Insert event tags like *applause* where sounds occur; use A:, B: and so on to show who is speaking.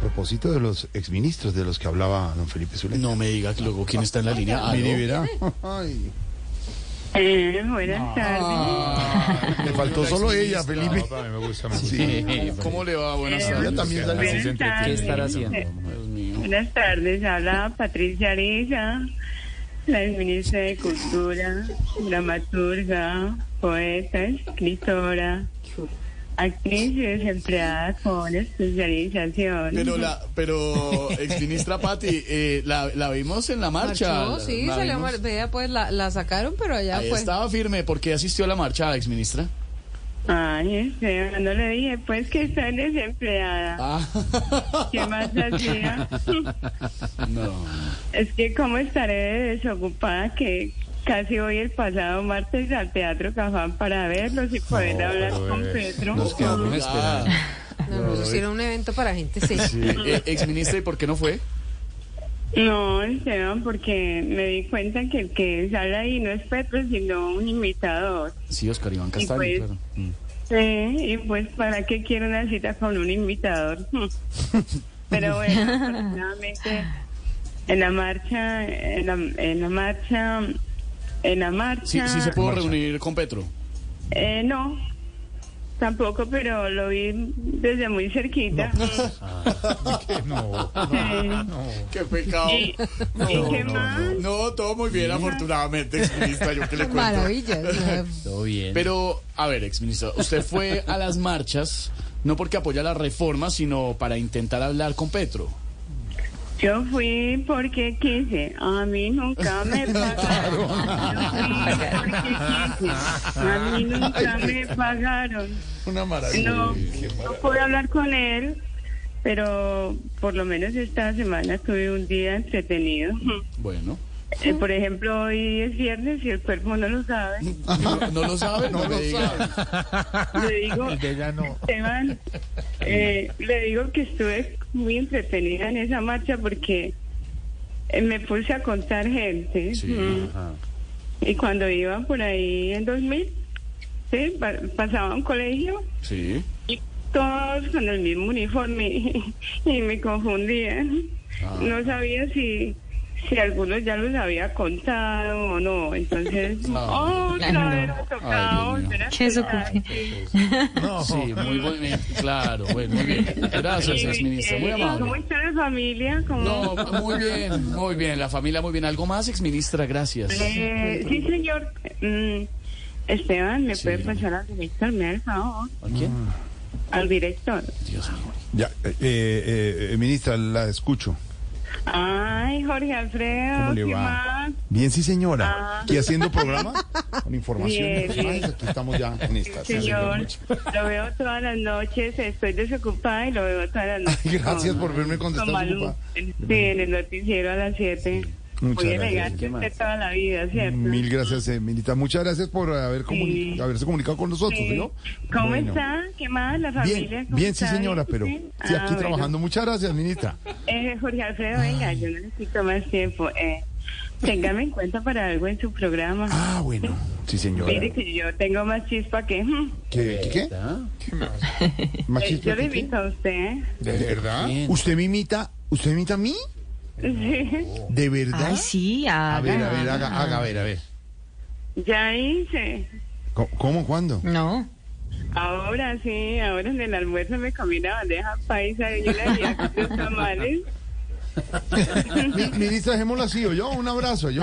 A: propósito de los exministros de los que hablaba don Felipe Zuleta.
B: No me diga que luego quién está en la línea. ¿Aló?
A: Mire, verá. Ay,
C: Eh, buenas tardes.
A: le faltó solo ella, Felipe.
D: también me gusta más.
A: Sí.
B: ¿Cómo le va? Buenas
C: Eh,
A: Ella
B: tardes.
A: también
D: Así
A: salió.
D: se
C: Buenas
D: entretiene.
C: tardes.
D: ¿Qué estará
B: haciendo? Dios mío.
C: Buenas tardes, habla Patricia Arella, la ministra de Cultura, dramaturga, poeta, escritora, actriz y desempleada con especialización.
B: Pero la, pero exministra Patti, eh, la, la vimos en la marcha.
E: Marchó, sí,
B: La
E: se le
B: vimos.
E: mar- vea, pues la, la sacaron, pero allá
B: Ahí
E: fue.
B: estaba firme porque asistió a la marcha, exministra.
C: Ay, este, no le dije, pues que estoy desempleada.
B: Ah.
C: ¿Qué más hacía?
B: *laughs* No.
C: Es que cómo estaré de desocupada que casi voy el pasado martes al Teatro Cafán para verlos y poder hablar con Petro.
D: Nos quedamos esperando.
E: No, no, eso sí era un evento para
B: *laughs*
E: gente seria.
B: Eh, exministra, ¿y por qué no fue?
C: No, Esteban, porque me di cuenta que el que sale ahí no es Petro, sino un imitador.
B: Sí, Oscar Iván
C: Y
B: Castaño,
C: pues-
B: claro. Mm.
C: Sí, y pues, ¿para qué quiero una cita con un imitador? Pero bueno, afortunadamente, en la marcha, en la, en la marcha, en la marcha...
B: Sí, sí se pudo reunir con Petro.
C: Eh, no, tampoco, pero lo vi desde muy cerquita.
D: No,
C: Sí.
B: Qué pecado. *laughs*
C: ¿Y, y qué más?
B: No, todo muy bien, afortunadamente, exministra, yo que le cuento.
E: Maravilla. o
B: *laughs*
E: sea,
D: todo bien.
B: Pero, a ver, exministra, usted fue a las marchas no porque apoya la reforma, sino para intentar hablar con Petro.
C: Yo fui porque quise, a mí nunca me pagaron. Yo fui porque quise, a mí nunca me pagaron.
A: Una maravilla.
C: No, no pude hablar con él, pero por lo menos esta semana tuve un día entretenido. *laughs*
B: Bueno.
C: Eh, por ejemplo, hoy es viernes y el cuerpo no lo sabe.
B: No, no lo sabe, no, me diga.
C: Le
B: *laughs*
C: digo, *laughs* Esteban, eh, le digo que estuve muy entretenida en esa marcha porque eh, me puse a contar gente.
B: Sí,
C: mm, Y cuando iban por ahí en 2000, ¿sí? pa- pasaba a un colegio
B: Sí.
C: y todos con el mismo uniforme *laughs* y, me confundían.
B: Ah.
C: No sabía si si algunos ya los había contado o no. Entonces,
B: *laughs* Ah.
C: otra vez me tocaba
B: Ay, Dios mío.
C: volver a
F: Qué
C: contar.
B: Sí, muy bueno. Claro, bueno, muy bien. Gracias, exministra. Muy
C: Eh, ¿Cómo
B: amable.
C: está la familia? ¿Cómo-
B: No, muy bien, muy bien. La familia muy bien. ¿Algo más, exministra? Gracias.
C: Eh, sí, señor. Mm, Esteban, ¿me
B: Sí.
C: puede pasar al director? ¿Me da el favor?
B: ¿A quién?
C: Al director.
B: Dios mío.
A: Ya, eh, eh, eh, ministra, la escucho.
C: Ay, Jorge Alfredo.
A: ¿Cómo le
C: ¿qué
A: va?
C: más?
A: Bien, sí, señora.
C: Ah.
A: ¿Y haciendo
C: *laughs*
A: programa? Con información. y
C: Bien,
A: demás,
C: bien.
A: Aquí estamos ya en esta. sí,
C: Señor,
A: señor.
C: lo veo todas las noches. Estoy desocupada y lo veo todas las
A: Ay,
C: noches.
A: Gracias por verme
C: con,
A: contestar.
C: con Malú.
A: ocupada.
C: Sí, en el noticiero a las 7.
A: Muchas
C: Muy
A: gracias.
C: elegante usted toda la vida, ¿cierto?
A: Mil gracias, eh, Minita. Muchas gracias por haber comuni-
C: Sí.
A: haberse comunicado con nosotros,
C: Sí.
A: ¿no?
C: ¿Cómo
A: Bueno.
C: está? ¿Qué más? ¿La familia?
A: Bien,
C: ¿Cómo
A: bien, sí,
C: está?
A: señora, pero
C: ¿Sí?
A: sí, aquí
C: Ah, bueno.
A: trabajando. Muchas gracias, ministra.
C: Eh, Jorge Alfredo, venga, yo no necesito más tiempo. Eh, téngame en cuenta para algo en su programa.
A: Ah, bueno. Sí, señora.
C: Mire que yo tengo más chispa que... mm,
A: ¿Qué? ¿Qué? qué?
C: eh, *laughs*
A: ¿Machista
C: yo le
A: qué, qué?
C: invito a usted. ¿eh?
A: ¿De verdad?
B: Bien.
A: ¿Usted me imita? ¿Usted me imita a mí?
C: Sí.
A: ¿De verdad?
F: Ay, sí,
A: A ver, a
F: haga.
A: ver, haga, haga, a ver, a ver.
C: Ya hice.
A: ¿Cómo, cómo,
C: *laughs*
A: cuándo?
F: No.
C: Ahora sí, ahora en el almuerzo me comí una bandeja paisa y una guía con tres tamales.
A: Mi- Ministra, dejémoslo así, o yo, un abrazo, yo.